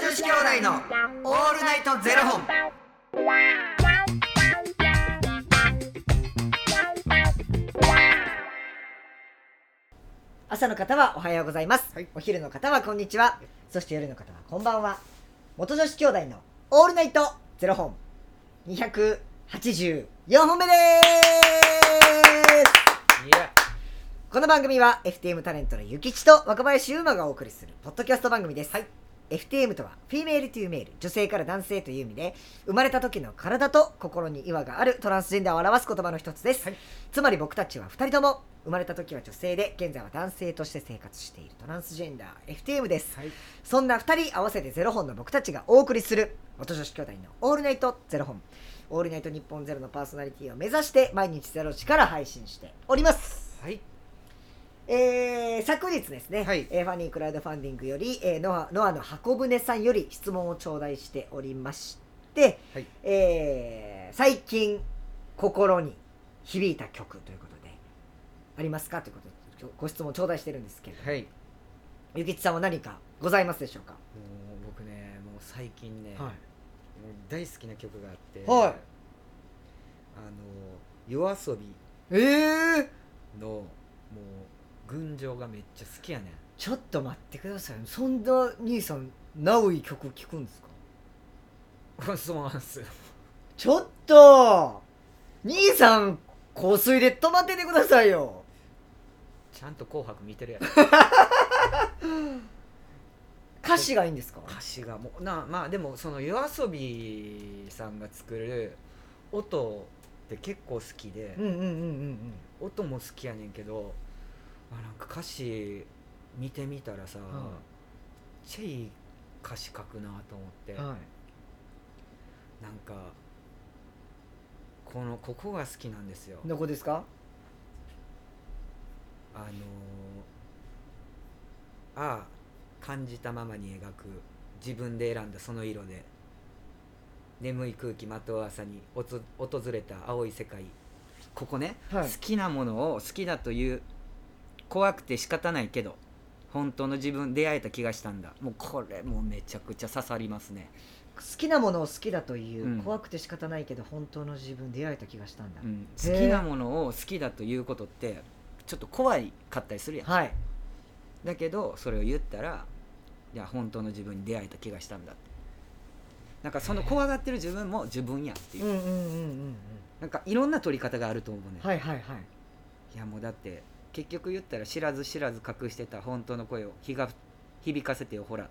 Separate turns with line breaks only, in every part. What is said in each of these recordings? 子兄弟のオールナイトゼロ本。
朝の方はおはようございます、
はい
お昼の方はこんにちはそして夜の方はこんばんは元女子兄弟のオールナイトゼロ本284本目です
いや、
この番組は FTM タレントのゆきちと若林優馬がお送りするポッドキャスト番組です、FTM とはフィメールというメール女性から男性という意味で生まれた時の体と心に違和があるトランスジェンダーを表す言葉の一つです、
はい
つまり僕たちは2人とも生まれた時は女性で現在は男性として生活しているトランスジェンダー FTM です、
はい
そんな2人合わせてゼロ本の僕たちがお送りする元女子兄弟の「オールナイトゼロ本」「オールナイト日本ゼロのパーソナリティを目指して毎日ゼロ時から配信しております
はい、
えー昨日ですね、
はい
えーファニークラウドファンディングより、えーノアノアの箱舟さんより質問を頂戴しておりまして、
はい
えー最近心に響いた曲ということでありますかということできょご質問頂戴してるんですけど
はい。
ゆきちさんは何かございますでしょうか
もう僕ね、もう最近ね、
は
もう大好きな曲があって、
はい
あの夜遊び
えー、
のもう群青がめっちゃ好きやねん。
ちょっと待ってくださいそんな兄さんナウイ曲聴くんですか
そうなん すよ。
ちょっと兄さん香水で止まっててくださいよ
ちゃんと紅白見 てるやろ。
歌詞がいいんですか
歌詞がもうなまあでもその夜遊びさんが作る音って結構好きで、
うんうんうんうんうん
音も好きやねんけど、まあ、なんか歌詞見てみたらさ、チェイ歌詞書くなと思って、
は
なんかこのここが好きなんですよ。
いどこですか
あのーああ感じたままに描く自分で選んだその色で眠い空気まとう朝におつ訪れた青い世界ここね、
はい
好きなものを好きだという怖くて仕方ないけど本当の自分出会えた気がしたんだもうこれもうめちゃくちゃ刺さりますね、
好きなものを好きだという、
うん
怖くて仕方ないけど本当の自分出会えた気がしたんだ、
うん
へ
好
え
きなものを好きだということってちょっと怖いかったりするやん
はい
だけどそれを言ったらいや本当の自分に出会えた気がしたんだってなんかその怖がってる自分も自分やっていうう、
んうんうんうん
なんかいろんな取り方があると思うね、
はいはいはい
い、やもうだって結局言ったら知らず知らず隠してた本当の声を日が響かせてよほら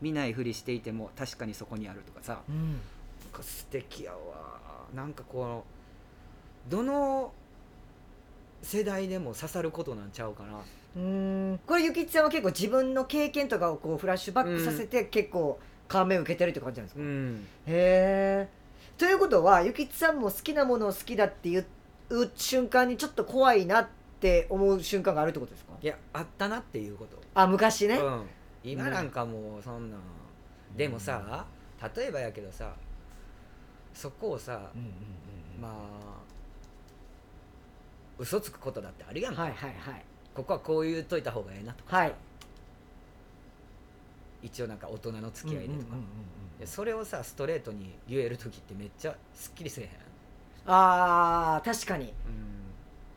見ないふりしていても確かにそこにあるとかさ
うん
なんか素敵やわなんかこのどの世代でも刺さることなんちゃうかな
うーんこれゆきちさんは結構自分の経験とかをこうフラッシュバックさせて、結構感銘を受けてるって感じなんですか、
ん
へえということはゆきちさんも好きなものを好きだって言う瞬間にちょっと怖いなって思う瞬間があるってことですか
いやあったなっていうこと
あ昔ね、
うん、今なんかもうそんなん、でもさ例えばやけどさそこをさ、
うんうんうんうん
まあ嘘つくことだってあるやん、
はいはいはい
ここはこう言っといた方がええなとか、
はい
一応なんか大人の付き合いでとか、
うんうんうんうん
でそれをさストレートに言える時ってめっちゃすっきりせえへん、
あー確かに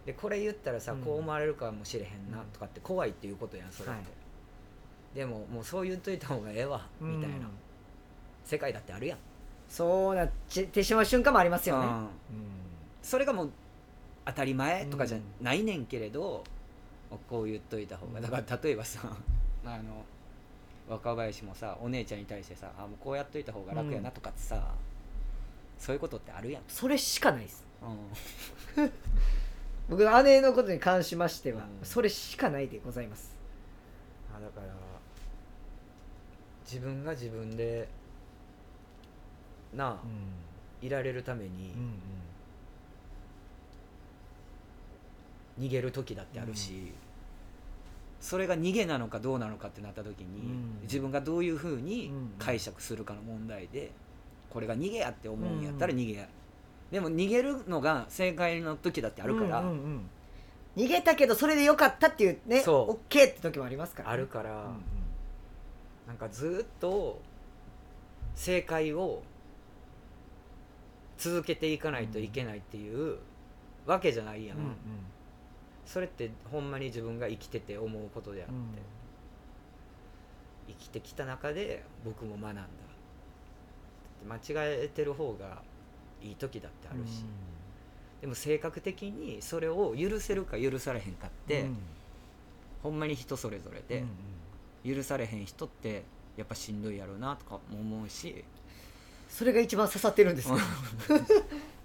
でこれ言ったらさ、
うん
こう思われるかもしれへんなとかって怖いっていうことやんそれって、
はい
でももうそう言っといた方がええわみたいな、
うん
世界だってあるやん
そうなっちってしまう瞬間もありますよね、
うんそれがもう当たり前とかじゃないねんけれど、こう言っといた方がだから例えばさあの若林もさお姉ちゃんに対してさあもうこうやっといた方が楽やなとかってさ、そういうことってあるやん、
それしかないです
う
僕の姉のことに関しましては、
うん
それしかないでございます
ん、だから自分が自分でなあ、いられるために逃げる時だってあるし、それが逃げなのかどうなのかってなった時に、
うん
自分がどういうふうに
うん
解釈するかの問題でこれが逃げやって思うんやったら
うん
逃げや、でも逃げるのが正解の時だってあるから、
うんうんうん逃げたけどそれでよかったっていうね
そう
オッケーって時もありますからね、
あるから、
うんうん
なんかずっと正解を続けていかないといけないっていうわけじゃないやん、それってほんまに自分が生きてて思うことであって、生きてきた中で僕も学んだ間違えてる方がいい時だってあるし、でも性格的にそれを許せるか許されへんかって、ほんまに人それぞれで、許されへん人ってやっぱしんどいやろうなとかも思うし
それが一番刺さってるんですか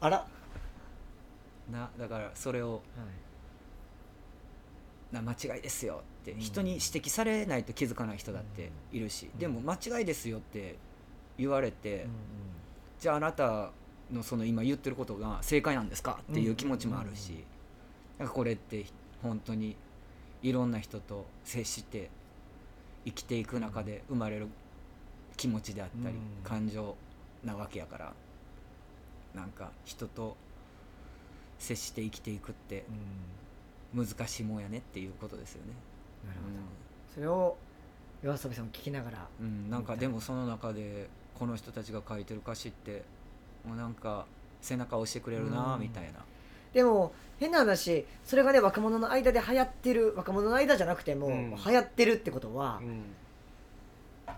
あら、
なだからそれをな間違いですよって
うん
人に指摘されないと気づかない人だっているし、
うん
でも間違いですよって言われて、じゃああなたのその今言ってることが正解なんですかっていう気持ちもあるし、
うんうん
なんかこれって本当にいろんな人と接して生きていく中で生まれる気持ちであったり、
うん
感情なわけやからなんか人と接して生きていくって難しいもんやねっていうことですよね。
なるほど、それを夜遊びさんも聞きながら
うんうんなんかでもその中でこの人たちが書いてる歌詞ってもうなんか背中を押してくれるな
うん
みたいな。
でも変な話それがね若者の間で流行ってる若者の間じゃなくても、
うん
流行ってるってことは、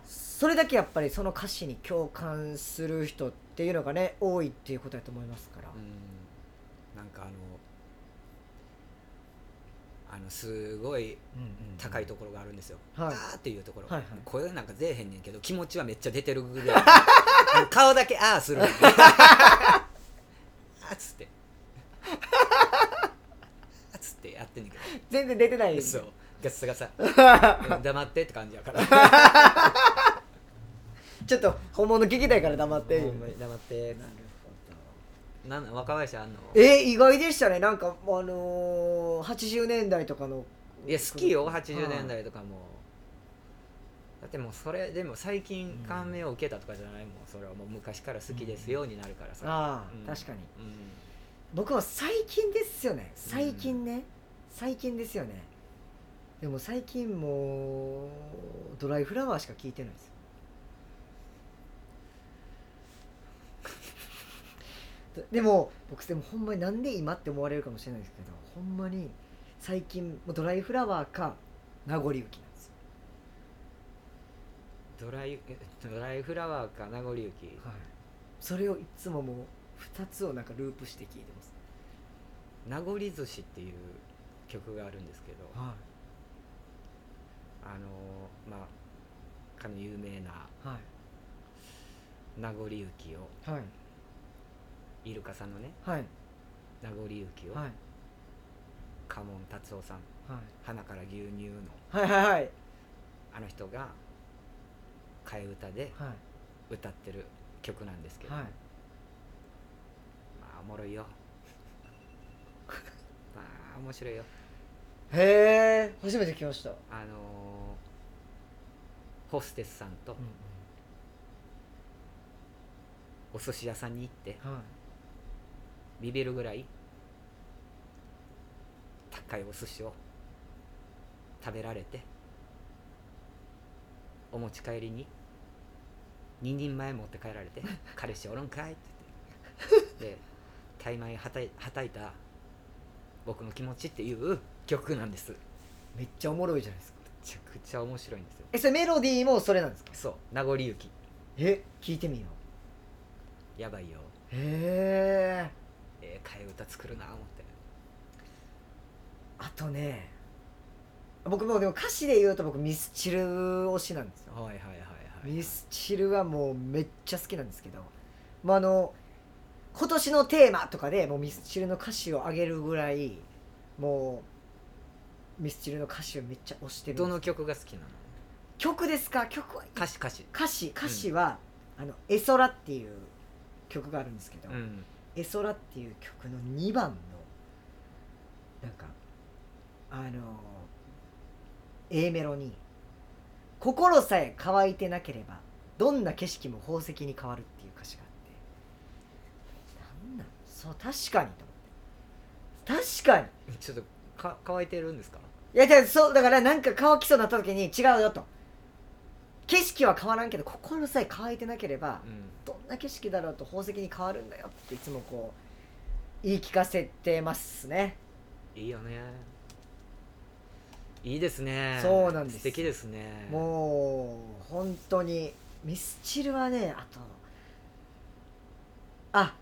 それだけやっぱりその歌詞に共感する人っていうのがね多いっていうことだと思いますから、
うんなんかあのあのすごい高いところがあるんですよ、
はい
あーっていうところ、
はいはい
声なんか出えへんねんけど気持ちはめっちゃ出てるぐ らい顔だけあーする あーっつってあーっつってやってんねんけ
全然出てない
ど
です
そう
よ
ガッサ ガサ黙ってって感じやから
ちょっと本物聞きたいから黙って
ほんまに黙ってなんなん若林あんの
え意外でしたねなんかあのー、80年代とかの
いや好きよ80
はい
年代とかも、だってもうそれでも最近感銘を受けたとかじゃないもんそれはもう昔から好きですよになるからさ、
ああ、
うん
確かに
うん
僕は最近ですよね最近ね、最近ですよねでも最近もうドライフラワーしか聞いてないですよででも僕でもほんまになんで今って思われるかもしれないですけどほんまに最近もうドライフラワーか名残雪なんですよ、
ドライえドライフラワーか名残雪
それをいつももう2つをなんかループして聞いてます、
名残寿司っていう曲があるんですけど
は
あのーまあかの有名ない
はい
名残雪を
はい
イルカさんのね
はい
名残雪を、
はい
家紋達夫さん
は
花から牛乳の
いはいはいはい
あの人が替え歌で
はい
歌ってる曲なんですけど、
はい
まあおもろいよ まあ面白いよ
へえ初めて来ました、うん
あのーホステスさんとお寿司屋さんに行って
はい、
ビビるぐらい高いお寿司を食べられてお持ち帰りに2人前持って帰られて「彼氏おるんかい?」って言ってで「大枚はたいはたいた僕の気持ち」っていう曲なんですめ
めっちゃおもろいじゃないですか
ちゃくちゃ面白いんですよ
えそれメロディーもそれなんですか
そう名残雪
え聞いてみよ
やばいよ
うへえ
ええ替え歌作るな思って
あとね僕もうでも歌詞で言うと僕ミスチル推しなんですよ
はいはいはいはい
ミスチルはもうめっちゃ好きなんですけどまああの今年のテーマとかでもうミスチルの歌詞を上げるぐらいもうミスチルの歌詞をめっちゃ推してるんです
どの曲が好きなの
曲ですか曲は
歌詞歌詞
歌詞歌詞は「あのエソラ」っていう曲があるんですけど「
うん
エソラ」っていう曲の2番のなんかあの A メロに「心さえ乾いてなければどんな景色も宝石に変わる」っていう歌詞があってなんなんそう確かにと思って確かに
ちょっとか乾いてるんですか
いやいやそうだからなんか乾きそうになった時に違うよと景色は変わらんけど心さえ乾いてなければ
うん
どんな景色だろうと宝石に変わるんだよっていつもこう言い聞かせてますね
いいよねいいですね
そうなんです
素敵ですね
もう本当にミスチルはねあとあ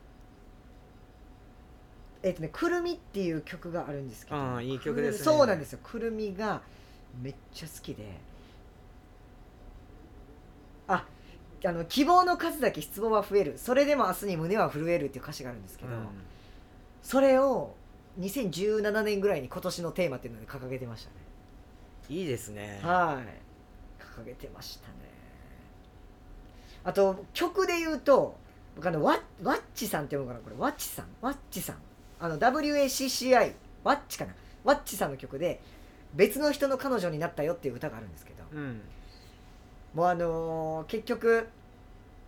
えっ、とね「くるみ」っていう曲があるんですけど
うんいい曲で
くるみ
すね
そうなんですよくるみがめっちゃ好きでああの希望の数だけ失望は増えるそれでも明日に胸は震えるっていう歌詞があるんですけ
う
ど、
ん
それを2017年ぐらいに今年のテーマっていうので掲げてましたね
いいですね
はい掲げてましたねあと曲で言うと僕あのワワッチさんって読むかなこれワッチさんワッチさんあの WACCI ワッチかなワッチさんの曲で「別の人の彼女になったよ」っていう歌があるんですけど
うん
もうあのー結局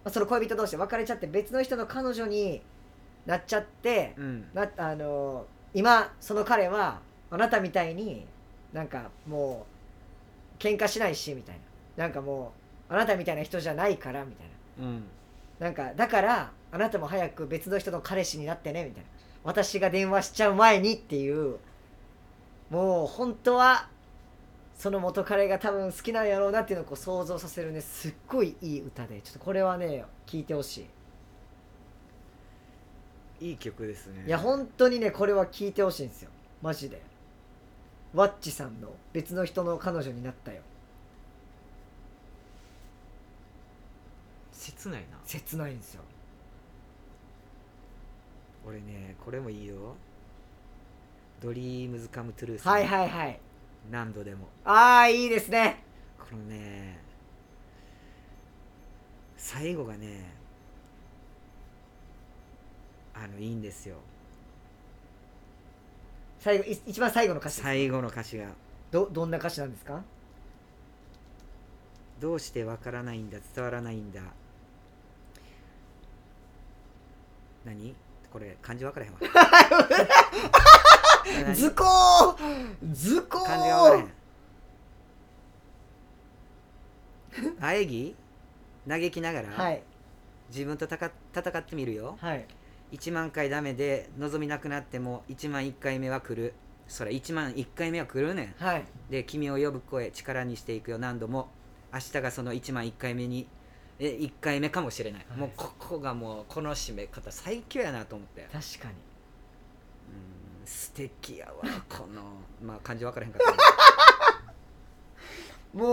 まあその恋人同士で別れちゃって別の人の彼女になっちゃって、
うん
なあの今その彼はあなたみたいになんかもう喧嘩しないしみたいななんかもうあなたみたいな人じゃないからみたい
うん
ななんかだからあなたも早く別の人の彼氏になってねみたいな私が電話しちゃう前にっていうもう本当はその元彼が多分好きなんやろうなっていうのをこう想像させるねすっごいいい歌でちょっとこれはね聴いてほしい
いい曲ですね
いや本当にねこれは聞いてほしいんですよマジでワッチさんの「別の人の彼女になったよ
切ないな」
切ないんですよ
俺ねこれもいいよドリームズカムトゥルース
はいはいはい
何度でも
ああいいですね
このね最後がねあのいいんですよ
最後い一番最後の歌詞
最後の歌詞が
どどんな歌詞なんですか
どうしてわからないんだ伝わらないんだ何これ漢字 わからへんわ何
図工図工
漢字がわからへんあえぎ嘆きながら、
はい
自分とたか戦ってみるよ
はい
1万回ダメで望みなくなっても1万1回目は来るそれ1万1回目は来るねん
はい
で君を呼ぶ声力にしていくよ何度も明日がその1万1回目にえ1回目かもしれない、
はい
もうここがもうこの締め方最強やなと思って
確かに
うん素敵やわ このまあ漢字分からへんか ったけど
もう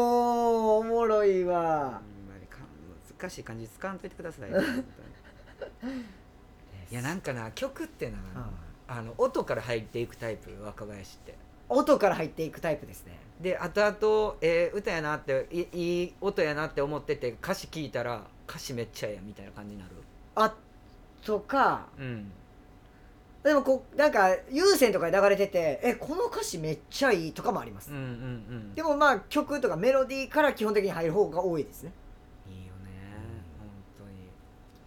おもろい
ほ
わ
んまにか難しい漢字使わんといてください いやなんかな曲ってな、
うん
あの音から入っていくタイプ若林って
音から入っていくタイプですね
で後々、えー歌やなっていいい音やなって思ってて歌詞聞いたら歌詞めっちゃええやんみたいな感じになる
あとか
うん
でもこうなんか有線とかで流れててえこの歌詞めっちゃいいとかもあります
うんうんうん
でもまあ曲とかメロディーから基本的に入る方が多いですね
いいよね、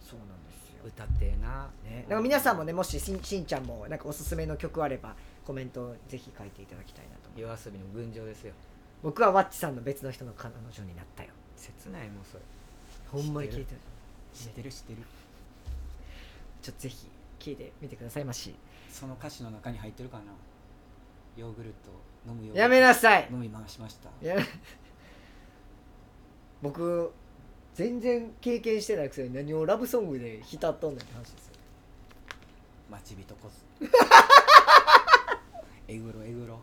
本
そうなんです
当に歌ってえな、
ね、なんか皆さんもねもししんしんちゃんもなんかおすすめの曲あればコメントをぜひ書いていただきたいなと思います
夜遊びの群青ですよ
僕はワッチさんの別の人の彼女になったよ
切ないもうそれ
ほんまに聞いてる
知ってる知ってる
ちょっとぜひ聞いてみてくださいまし
その歌詞の中に入ってるかなヨーグルト飲むよ
やめなさい
飲み回しました
いや僕全然経験してないくせに何をラブソングで浸っとんねんって話ですよ
待ち人こ ずえぐろえぐろ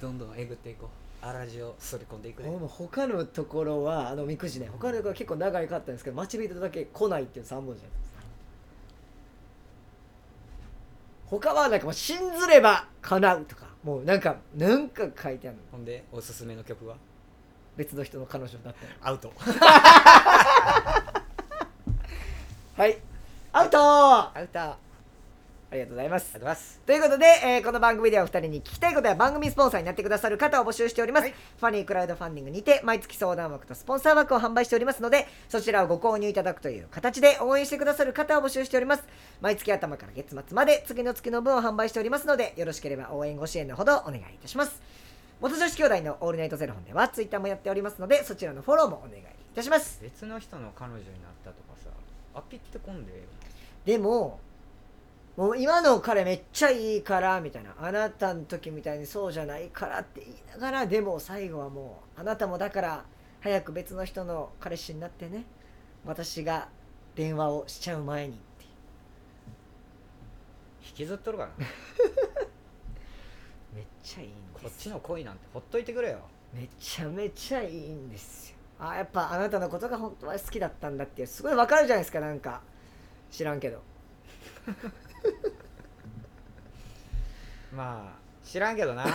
どんどんえぐっていこうあらじをすり込んでいく
ほ
ね
んま他のところはあのおみくじね他のところは結構長いかったんですけど待ち人だけ来ないっていう3本じゃないですか他はなんかもう信ずれば叶うとかもうなんかなんか書いてあるの
ほんでおすすめの曲は
別の人の彼女だったら
アウト
はいアウトー
アウターあ
ありがとうございます
りがとうございます
ということで、えーこの番組ではお二人に聞きたいことや番組スポンサーになってくださる方を募集しております、
はい
ファニークラウドファンディングにて毎月相談枠とスポンサー枠を販売しておりますのでそちらをご購入いただくという形で応援してくださる方を募集しております毎月頭から月末まで次の月の分を販売しておりますのでよろしければ応援ご支援のほどお願いいたします元女子兄弟のオールナイトゼロ本ではツイッターもやっておりますのでそちらのフォローもお願いいいたします
別の人の彼女になったとかさアピってこんでええよ
でももう今の彼めっちゃいいからみたいなあなたの時みたいにそうじゃないからって言いながらでも最後はもうあなたもだから早く別の人の彼氏になってね私が電話をしちゃう前にっていう
引きずっとるからな
めっちゃいいんです
こっちの恋なんてほっといてくれよ
めちゃめちゃいいんですよあやっぱあなたのことが本当は好きだったんだっていうすごいわかるじゃないですかなんか知らんけど
まあ知らんけどな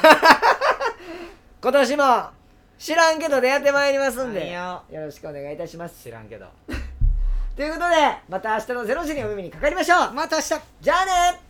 今年も知らんけど出会ってまいりますんでよ
何よ
ろしくお願いいたします
知らんけど
ということでまた明日の0時にお耳にかかりましょうまた明日じゃあね